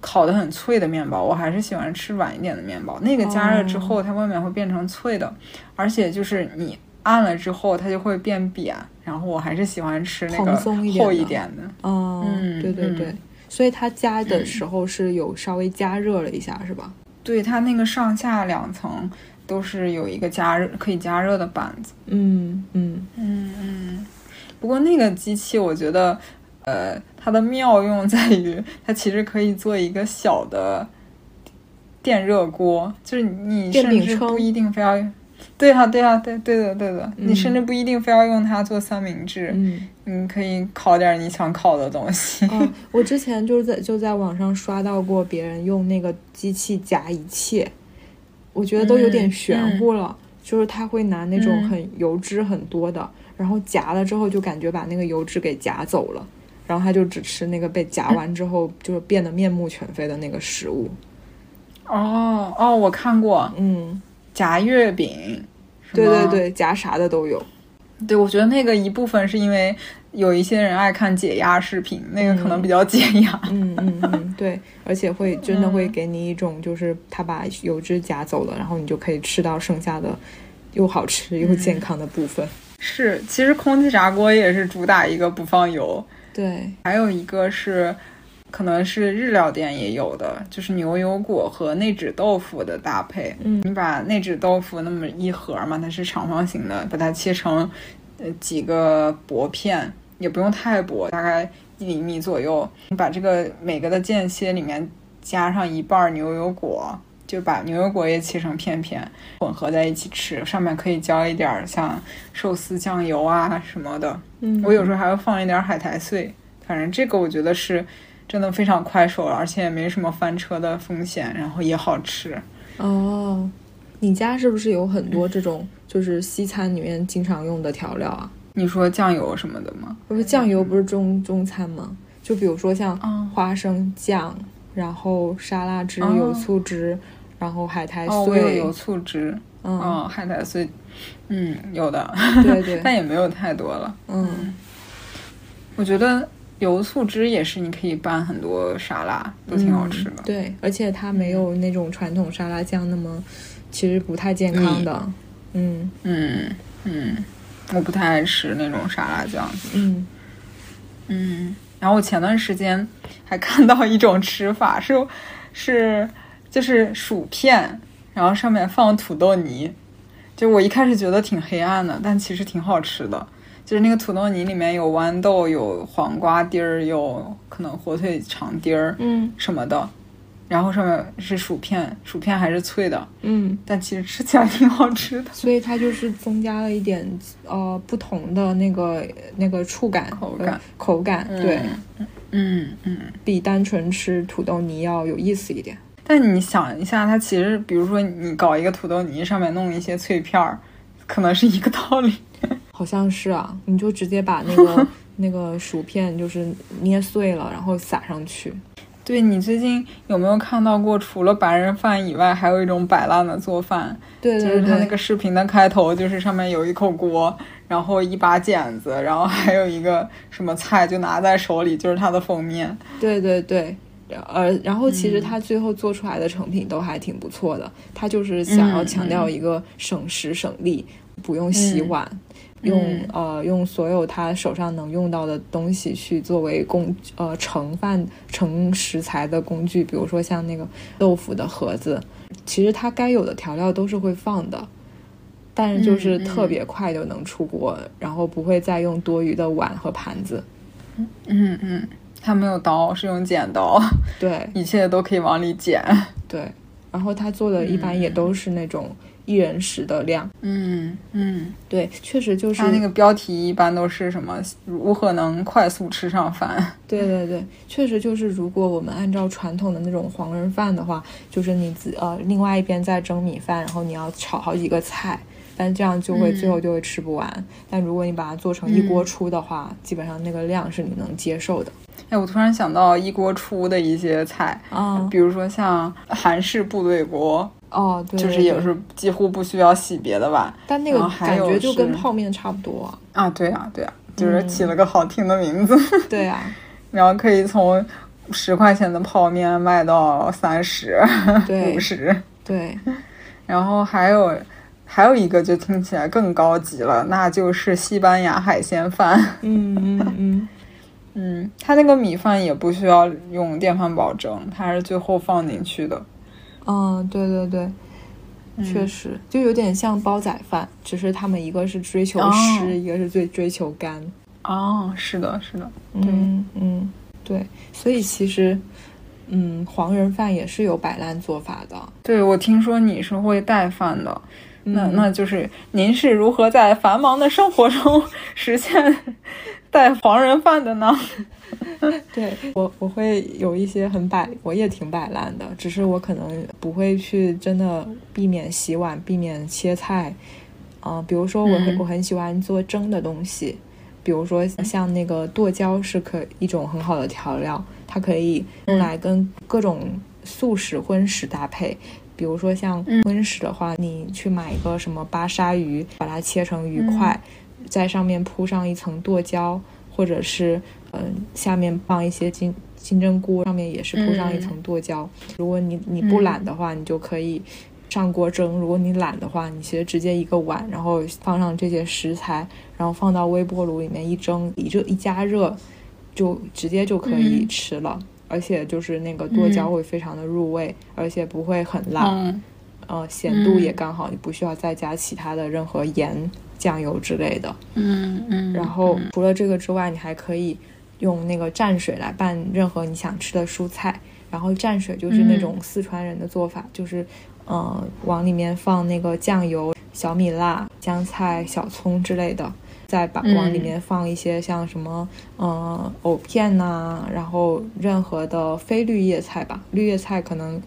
[SPEAKER 1] 烤得很脆的面包，我还是喜欢吃软一点的面包。那个加热之
[SPEAKER 3] 哦
[SPEAKER 1] 后，它外面会变成脆的，而且就是你按了之后，它就会变扁。然后我还是喜欢吃那个
[SPEAKER 3] 蓬松一点的
[SPEAKER 1] 厚一点的。
[SPEAKER 3] 哦，
[SPEAKER 1] 嗯
[SPEAKER 3] 对对
[SPEAKER 1] 嗯
[SPEAKER 3] 对，所以它加的时候是有稍微加热了一下，是吧？
[SPEAKER 1] 对，它那个上下两层都是有一个加热可以加热的板子。
[SPEAKER 3] 嗯嗯，
[SPEAKER 1] 嗯嗯，不过那个机器，我觉得，呃，它的妙用在于，它其实可以做一个小的电热锅，就是你
[SPEAKER 3] 电
[SPEAKER 1] 甚
[SPEAKER 3] 饼
[SPEAKER 1] 至
[SPEAKER 3] 铛
[SPEAKER 1] 不一定非要，对啊，对啊，对对的，对的，你甚
[SPEAKER 3] 嗯
[SPEAKER 1] 至不一定非要用它做三明治，
[SPEAKER 3] 嗯，
[SPEAKER 1] 你可以烤点儿你想烤的东西。
[SPEAKER 3] 哦，我之前就是在就在网上刷到过别人用那个机器夹一切，我觉得都有点
[SPEAKER 1] 嗯
[SPEAKER 3] 玄乎了，就是他会拿那种
[SPEAKER 1] 嗯
[SPEAKER 3] 很油脂很多的，然后夹了之后就感觉把那个油脂给夹走了，然后他就只吃那个被夹完之后就是变得面目全非的那个食物。
[SPEAKER 1] 哦哦，我看过
[SPEAKER 3] 嗯，
[SPEAKER 1] 夹月饼，是
[SPEAKER 3] 对对
[SPEAKER 1] 吗
[SPEAKER 3] 对，夹啥的都有。
[SPEAKER 1] 对，我觉得那个一部分是因为有一些人爱看解压视频，那个可能比较解压。
[SPEAKER 3] 嗯嗯嗯，对，而且 会真的会给你一种，就是它把油脂夹走了，然后你就可以吃到剩下的又好吃又健康的部分。
[SPEAKER 1] 是，其实空气炸锅也是主打一个不放油，
[SPEAKER 3] 对，
[SPEAKER 1] 还有一个是，可能是日料店也有的，就是牛油果和内酯豆腐的搭配。
[SPEAKER 3] 嗯
[SPEAKER 1] 你把内酯豆腐那么一盒嘛，它是长方形的，把它切成呃几个薄片，也不用太薄，大概一厘米左右。你把这个每个的间歇里面加上一半儿牛油果。就把牛油果也切成片片，混合在一起吃，上面可以浇一点儿像寿司酱油啊什么的。
[SPEAKER 3] 嗯
[SPEAKER 1] 我有时候还会放一点海苔碎，反正这个我觉得是真的非常快手，而且也没什么翻车的风险，然后也好吃。
[SPEAKER 3] 哦，你家是不是有很多这种就是西餐里面经常用的调料啊？
[SPEAKER 1] 你说酱油什么的吗？
[SPEAKER 3] 不是酱油不是中中餐吗？就比如说像
[SPEAKER 1] 嗯
[SPEAKER 3] 花生酱，然后沙拉汁、
[SPEAKER 1] 哦
[SPEAKER 3] 油醋汁，然后海苔
[SPEAKER 1] 哦，我有
[SPEAKER 3] 碎，
[SPEAKER 1] 油醋汁，
[SPEAKER 3] 嗯，
[SPEAKER 1] 哦，海苔碎，嗯，有的，
[SPEAKER 3] 对 对，
[SPEAKER 1] 但也没有太多了。
[SPEAKER 3] 嗯
[SPEAKER 1] 我觉得油醋汁也是，你可以拌很多沙拉，都挺好吃的。
[SPEAKER 3] 嗯对，而且它没有那种传统沙拉酱那么，其实不太健康的，嗯
[SPEAKER 1] 嗯嗯，我不太爱吃那种沙拉酱。
[SPEAKER 3] 嗯
[SPEAKER 1] 嗯，然后我前段时间还看到一种吃法是，是就是薯片，然后上面放土豆泥，就我一开始觉得挺黑暗的，但其实挺好吃的。就是那个土豆泥里面有豌豆、有黄瓜丁儿、有可能火腿肠丁儿
[SPEAKER 3] 嗯
[SPEAKER 1] 什么的，然后上面是薯片，薯片还是脆的，
[SPEAKER 3] 嗯，
[SPEAKER 1] 但其实吃起来挺好吃的。
[SPEAKER 3] 所以它就是增加了一点呃不同的那个那个触感、
[SPEAKER 1] 口
[SPEAKER 3] 呃
[SPEAKER 1] 感
[SPEAKER 3] 口感，对，
[SPEAKER 1] 嗯嗯。
[SPEAKER 3] 比单纯吃土豆泥要有意思一点。
[SPEAKER 1] 但你想一下，它其实比如说你搞一个土豆泥，上面弄一些脆片儿，可能是一个道理。
[SPEAKER 3] 好像是啊，你就直接把那个 那个薯片就是捏碎了，然后撒上去。
[SPEAKER 1] 对你最近有没有看到过，除了白人饭以外，还有一种摆烂的做饭，
[SPEAKER 3] 对
[SPEAKER 1] 就
[SPEAKER 3] 对
[SPEAKER 1] 是他那
[SPEAKER 3] 对
[SPEAKER 1] 个，视频的开头，就是上面有一口锅，然后一把剪子，然后还有一个什么菜就拿在手里，就是它的封面。
[SPEAKER 3] 对对对。呃，然后其
[SPEAKER 1] 嗯
[SPEAKER 3] 实他最后做出来的成品都还挺不错的，他
[SPEAKER 1] 嗯
[SPEAKER 3] 就是想要强调一个省时省力，不用洗
[SPEAKER 1] 嗯
[SPEAKER 3] 碗，用呃用所有他手上能用到的东西去作为工呃盛饭盛食材的工具，比如说像那个豆腐的盒子，其实它该有的调料都是会放的，但是就是
[SPEAKER 1] 嗯嗯
[SPEAKER 3] 特别快就能出锅，然后不会再用多余的碗和盘子。
[SPEAKER 1] 嗯嗯，它没有刀，是用剪刀，
[SPEAKER 3] 对，
[SPEAKER 1] 一切都可以往里剪。
[SPEAKER 3] 对，然后他做的一般也都是那种一人食的量。
[SPEAKER 1] 嗯嗯。
[SPEAKER 3] 对，确实就是
[SPEAKER 1] 它那个标题一般都是什么？如何能快速吃上饭？
[SPEAKER 3] 对对对，确实就是，如果我们按照传统的那种黄人饭的话，就是你自呃另外一边在蒸米饭，然后你要炒好几个菜，但这样就会、最后就会吃不
[SPEAKER 1] 嗯
[SPEAKER 3] 完。但如果你把它做成一锅出的话，基本上那个量是你能接受的。
[SPEAKER 1] 哎，我突然想到一锅出的一些菜，
[SPEAKER 3] 啊、
[SPEAKER 1] 比如说像韩式部队锅，
[SPEAKER 3] 哦，对，
[SPEAKER 1] 就是
[SPEAKER 3] 对
[SPEAKER 1] 也
[SPEAKER 3] 对，
[SPEAKER 1] 是几乎不需要洗别的碗。
[SPEAKER 3] 但那个
[SPEAKER 1] 然后还
[SPEAKER 3] 感
[SPEAKER 1] 有
[SPEAKER 3] 觉就是跟泡面差不多 啊、
[SPEAKER 1] 啊，对啊，对啊，就是起了个好听的名字，
[SPEAKER 3] 对啊，
[SPEAKER 1] 然后可以从十块钱的泡面卖到三十、
[SPEAKER 3] 对
[SPEAKER 1] 五十，
[SPEAKER 3] 对，
[SPEAKER 1] 然后还有。还有一个就听起来更高级了，那就是西班牙海鲜饭。
[SPEAKER 3] 嗯嗯嗯，
[SPEAKER 1] 嗯，它那个米饭也不需要用电饭煲蒸，它是最后放进去的。
[SPEAKER 3] 嗯，对对对。确实，就有点像煲仔饭，只是他们一个是追求湿，
[SPEAKER 1] 哦
[SPEAKER 3] 一个是最追求干。
[SPEAKER 1] 哦，是的，是的，
[SPEAKER 3] 嗯嗯，对，所以其实，嗯，黄人饭也是有摆烂做法的。
[SPEAKER 1] 对我听说你是会带饭的，那
[SPEAKER 3] 嗯
[SPEAKER 1] 那就是您是如何在繁忙的生活中 实现 带黄人饭的呢？
[SPEAKER 3] 对我，我会有一些很摆，我也挺摆烂的，只是我可能不会去真的避免洗碗，避免切菜。啊、比如说我很、
[SPEAKER 1] 嗯
[SPEAKER 3] 我很喜欢做蒸的东西，比如说像那个剁椒是可一种很好的调料，它可以用来跟各种素食、荤食搭配。比如说像荤食的话，你去买一个什么巴沙鱼，把它切成鱼块，在上面铺上一层剁椒，或者是嗯、呃下面放一些金金针菇，上面也是铺上一层剁椒。
[SPEAKER 1] 嗯
[SPEAKER 3] 如果你你不懒的话，你就可以上锅蒸；如果你懒的话，你其实直接一个碗，然后放上这些食材，然后放到微波炉里面一蒸，一热一加热，就直接就可以
[SPEAKER 1] 嗯
[SPEAKER 3] 吃了。而且就是那个剁椒
[SPEAKER 1] 嗯
[SPEAKER 3] 会非常的入味，而且不会很辣。
[SPEAKER 1] 嗯
[SPEAKER 3] 呃，咸度也
[SPEAKER 1] 嗯
[SPEAKER 3] 刚好，你不需要再加其他的任何盐、酱油之类的。
[SPEAKER 1] 嗯嗯，
[SPEAKER 3] 然后除了这个之外，你还可以用那个蘸水来拌任何你想吃的蔬菜。然后蘸水就是那
[SPEAKER 1] 嗯
[SPEAKER 3] 种四川人的做法，就是呃往里面放那个酱油、小米辣、香菜、小葱之类的，再把
[SPEAKER 1] 嗯
[SPEAKER 3] 往里面放一些像什么呃藕片呐、然后任何的非绿叶菜吧，绿叶菜可能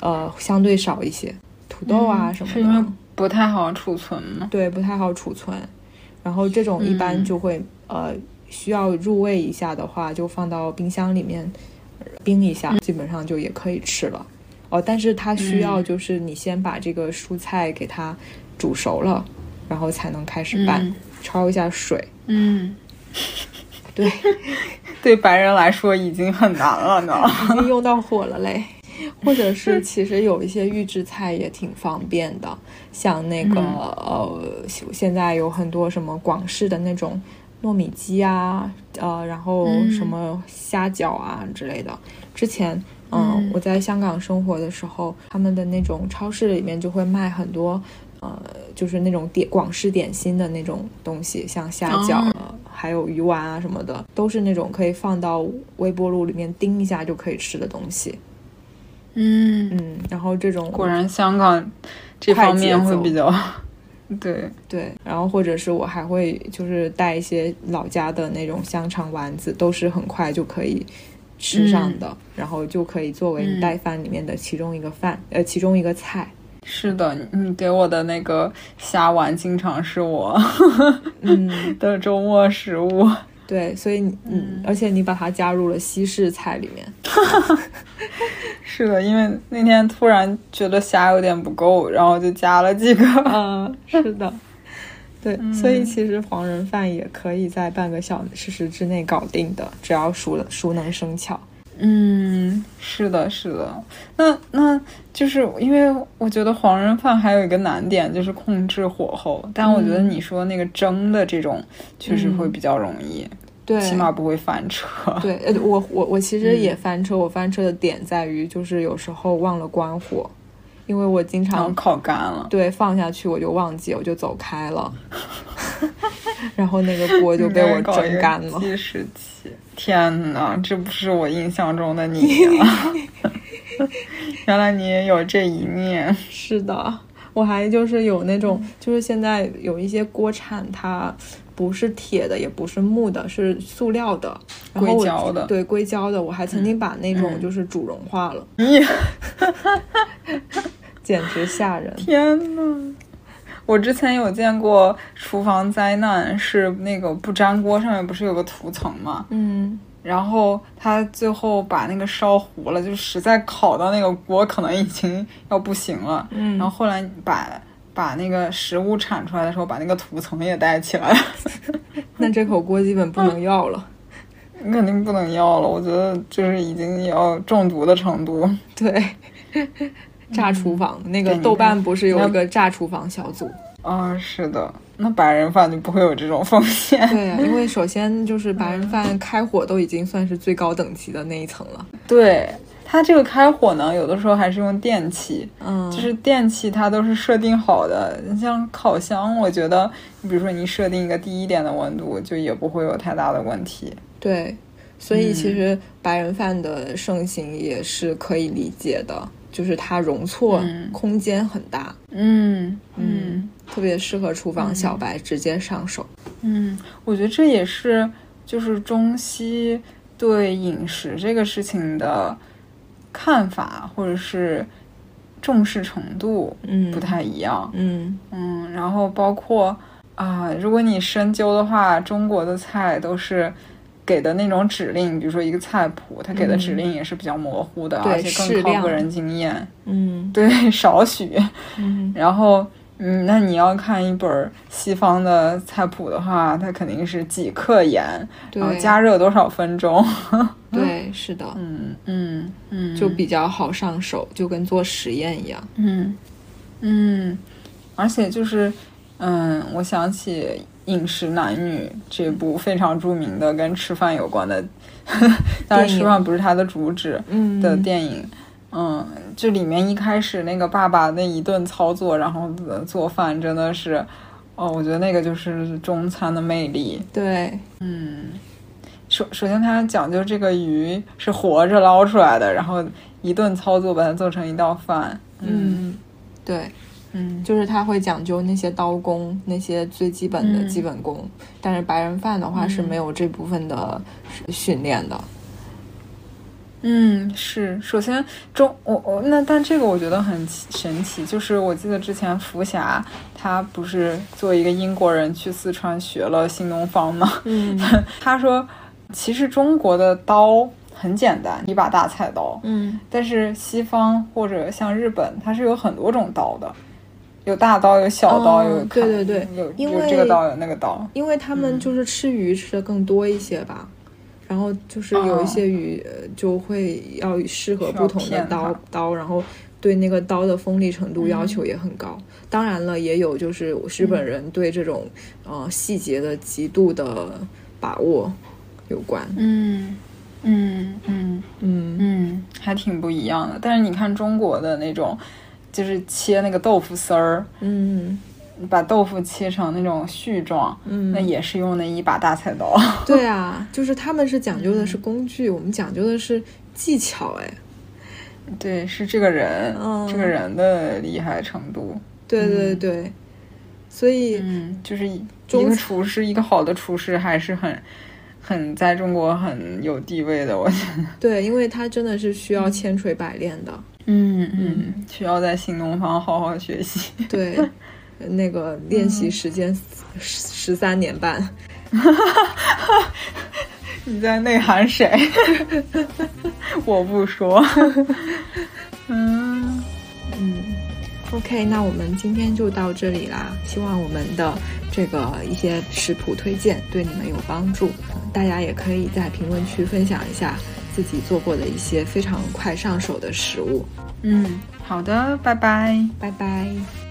[SPEAKER 3] 呃相对少一些，土豆啊什么的。
[SPEAKER 1] 嗯是因为不太好储存吗？
[SPEAKER 3] 对，不太好储存。然后这种一般
[SPEAKER 1] 嗯
[SPEAKER 3] 就会、呃需要入味一下的话，就放到冰箱里面呃冰一下，基本上就也可以吃了。哦，但是它需要
[SPEAKER 1] 嗯嗯
[SPEAKER 3] 就是你先把这个蔬菜给它煮熟了，然后才能开始拌，
[SPEAKER 1] 嗯
[SPEAKER 3] 焯一下水。
[SPEAKER 1] 嗯，
[SPEAKER 3] 对，
[SPEAKER 1] 对白人来说已经很难了呢。
[SPEAKER 3] 已经用到火了嘞。或者是
[SPEAKER 1] 嗯
[SPEAKER 3] 其实有一些预制菜也挺方便的，像那个、
[SPEAKER 1] 嗯
[SPEAKER 3] 呃，现现在有很多什么广式的那种糯米鸡啊，呃，然后
[SPEAKER 1] 嗯
[SPEAKER 3] 什么虾饺啊之类的。之前、嗯
[SPEAKER 1] 嗯，
[SPEAKER 3] 我在香港生活的时候，他们的那种超市里面就会卖很多，呃，就是那种点广式点心的那种东西，像虾饺、
[SPEAKER 1] 哦
[SPEAKER 3] 呃还有鱼丸啊什么的，都是那种可以放到微波炉里面叮一下就可以吃的东西。
[SPEAKER 1] 嗯，
[SPEAKER 3] 嗯，然后这种
[SPEAKER 1] 果然香港这方面会比较对，
[SPEAKER 3] 对，然后或者是我还会就是带一些老家的那种香肠丸子，都是很快就可以吃上的，然后就可以作为
[SPEAKER 1] 嗯
[SPEAKER 3] 你带饭里面的其中一个饭，呃，其中一个 菜。
[SPEAKER 1] 是的，你给我的那个虾丸经常是我
[SPEAKER 3] 嗯，
[SPEAKER 1] 的周末食物。
[SPEAKER 3] 对，所以你嗯，而且你把它加入了西式菜里面。
[SPEAKER 1] 是的，因为那天突然觉得虾有点不够，然后就加了几个。
[SPEAKER 3] 嗯，是的，对，所
[SPEAKER 1] 嗯
[SPEAKER 3] 以其实黄人饭也可以在半个小时之内搞定的，只要熟了熟能生巧。
[SPEAKER 1] 嗯， 是的，是的。那那就是因为我觉得黄人饭还有一个难点就是控制火候，但我觉
[SPEAKER 3] 嗯
[SPEAKER 1] 得你说那个蒸的这种确实会比较容易，
[SPEAKER 3] 对，
[SPEAKER 1] 起码嗯不会翻车。
[SPEAKER 3] 对，呃，我我我其实也翻车，我翻车的点在于就是有时候忘了关火，因为我经
[SPEAKER 1] 然后
[SPEAKER 3] 常
[SPEAKER 1] 烤干了，
[SPEAKER 3] 对放下去我就忘记，我就走开 了， 然后那个锅就被我
[SPEAKER 1] 应该搞一
[SPEAKER 3] 蒸
[SPEAKER 1] 个
[SPEAKER 3] 干了。
[SPEAKER 1] 计时器，天哪，这不是我印象中的你啊！ 原来你也有这一面。
[SPEAKER 3] 是的，我还就是有那种，
[SPEAKER 1] 嗯
[SPEAKER 3] 就是现在有一些锅铲，它不是铁的，也不是木的，是塑料的，然后我
[SPEAKER 1] 硅胶的
[SPEAKER 3] 对硅胶的，我还曾经把那种
[SPEAKER 1] 嗯
[SPEAKER 3] 就是煮融化了，
[SPEAKER 1] 你
[SPEAKER 3] 简直吓人。
[SPEAKER 1] 天呐！我之前有见过厨房灾难，是那个不粘锅上面不是有个涂层嘛，
[SPEAKER 3] 嗯，
[SPEAKER 1] 然后他最后把那个烧糊了，就实在烤到那个锅可能已经要不行了，
[SPEAKER 3] 嗯
[SPEAKER 1] 然后后来把把那个食物铲出来的时候，把那个涂层也带起来了，
[SPEAKER 3] 那这口锅基本不能要了。
[SPEAKER 1] 你肯定不能要了，我觉得就是已经要中毒的程度。
[SPEAKER 3] 对，炸厨房、那个
[SPEAKER 1] 对
[SPEAKER 3] 豆
[SPEAKER 1] 嗯你看
[SPEAKER 3] 瓣不是有
[SPEAKER 1] 那
[SPEAKER 3] 一个炸厨房小 组？
[SPEAKER 1] 啊、是的，那白人饭就不会有这种风险。
[SPEAKER 3] 对呀、因为首先就是白人饭开火都已经算是最高等级的那一层了。
[SPEAKER 1] 对它这个开火呢，有的时候还是用电器，
[SPEAKER 3] 嗯，
[SPEAKER 1] 就是电器它都是设定好的。你像烤箱，我觉得，你比如说你设定一个低一点的温度，就也不会有太大的问题。
[SPEAKER 3] 对，所以
[SPEAKER 1] 嗯
[SPEAKER 3] 其实白人饭的盛行也是可以理解的，就是它容错
[SPEAKER 1] 嗯
[SPEAKER 3] 空间很大，
[SPEAKER 1] 嗯
[SPEAKER 3] 嗯特别适合厨房小白直接上手。
[SPEAKER 1] 嗯，我觉得这也是就是中西对饮食这个事情的看法或者是重视程度
[SPEAKER 3] 嗯，
[SPEAKER 1] 不太一样。
[SPEAKER 3] 嗯，
[SPEAKER 1] 嗯，然后包括啊、如果你深究的话，中国的菜都是给的那种指令，比如说一个菜谱，它给的指
[SPEAKER 3] 嗯
[SPEAKER 1] 令也是比较模糊的，
[SPEAKER 3] 对
[SPEAKER 1] 而且
[SPEAKER 3] 适
[SPEAKER 1] 更靠
[SPEAKER 3] 量
[SPEAKER 1] 个人经验，
[SPEAKER 3] 嗯
[SPEAKER 1] 对，少许。
[SPEAKER 3] 嗯
[SPEAKER 1] 然后嗯，那你要看一本西方的菜谱的话，它肯定是几克盐，
[SPEAKER 3] 对
[SPEAKER 1] 然后加热多少分钟。
[SPEAKER 3] 对，是的，
[SPEAKER 1] 嗯嗯嗯，
[SPEAKER 3] 就比较好上手，就跟做实验一样。
[SPEAKER 1] 嗯嗯，而且就是嗯，我想起《饮食男女》这部非常著名的跟吃饭有关的， 当
[SPEAKER 3] 嗯
[SPEAKER 1] 然
[SPEAKER 3] 电影
[SPEAKER 1] 吃饭不是它的主旨，
[SPEAKER 3] 嗯
[SPEAKER 1] 的电影。嗯，这里面一开始那个爸爸那一顿操作，然后呃做饭真的是，哦，我觉得那个就是中餐的魅力。
[SPEAKER 3] 对，
[SPEAKER 1] 首首先，它讲究这个鱼是活着捞出来的，然后一顿操作把它做成一道饭。
[SPEAKER 3] 嗯，对，
[SPEAKER 1] 嗯
[SPEAKER 3] 就是他会讲究那些刀工，那些最基本的
[SPEAKER 1] 嗯
[SPEAKER 3] 基本功。但是白人饭的话是没有这部分的训练的。
[SPEAKER 1] 嗯，是。首先中我我那但这个我觉得很奇神奇，就是我记得之前福霞她不是作为一个英国人去四川学了新东方吗？
[SPEAKER 3] 嗯
[SPEAKER 1] 他说，其实中国的刀很简单，一把大菜刀。
[SPEAKER 3] 嗯
[SPEAKER 1] 但是西方或者像日本，它是有很多种刀的，有大刀，有小刀，
[SPEAKER 3] 哦
[SPEAKER 1] 有砍
[SPEAKER 3] 对对对
[SPEAKER 1] 有
[SPEAKER 3] 因
[SPEAKER 1] 有
[SPEAKER 3] 为
[SPEAKER 1] 这个刀，有那个刀。
[SPEAKER 3] 因为他们
[SPEAKER 1] 嗯
[SPEAKER 3] 就是吃鱼吃的更多一些吧，然后就是有一些鱼呃就会要适合不同
[SPEAKER 1] 哦需要
[SPEAKER 3] 的
[SPEAKER 1] 片
[SPEAKER 3] 刀
[SPEAKER 1] 法
[SPEAKER 3] 刀，然后对那个刀的锋利程度要
[SPEAKER 1] 嗯
[SPEAKER 3] 求也很高。当然了，也有就是日本人对这种、呃细节的极度的把握有关。
[SPEAKER 1] 嗯嗯嗯
[SPEAKER 3] 嗯，
[SPEAKER 1] 嗯，还挺不一样的。但是你看中国的那种，就是切那个豆腐丝儿，
[SPEAKER 3] 嗯
[SPEAKER 1] 把豆腐切成那种絮状，
[SPEAKER 3] 嗯
[SPEAKER 1] 那也是用那一把大菜刀。
[SPEAKER 3] 对啊，就是他们是讲究
[SPEAKER 1] 嗯
[SPEAKER 3] 的是工具，我们讲究的是技巧，哎。
[SPEAKER 1] 对，是这个人，
[SPEAKER 3] 嗯
[SPEAKER 1] 这个人的厉害程度。
[SPEAKER 3] 对对对，所以
[SPEAKER 1] 嗯，就是一
[SPEAKER 3] 中
[SPEAKER 1] 一个
[SPEAKER 3] 餐
[SPEAKER 1] 厨师，一个好的厨师还是很很在中国很有地位的，我觉得。
[SPEAKER 3] 对，因为它真的是需要千锤百炼的。
[SPEAKER 1] 嗯嗯，需要在新东方好好学习。
[SPEAKER 3] 对，那个练习时间十三年半。
[SPEAKER 1] 你在内涵谁？ 我 不说。嗯，
[SPEAKER 3] 嗯，OK，那我们今天就到这里啦。希望我们的这个一些食谱推荐对你们有帮助。大家也可以在评论区分享一下自己做过的一些非常快上手的食物。
[SPEAKER 1] 嗯，好的，拜拜。
[SPEAKER 3] 拜拜。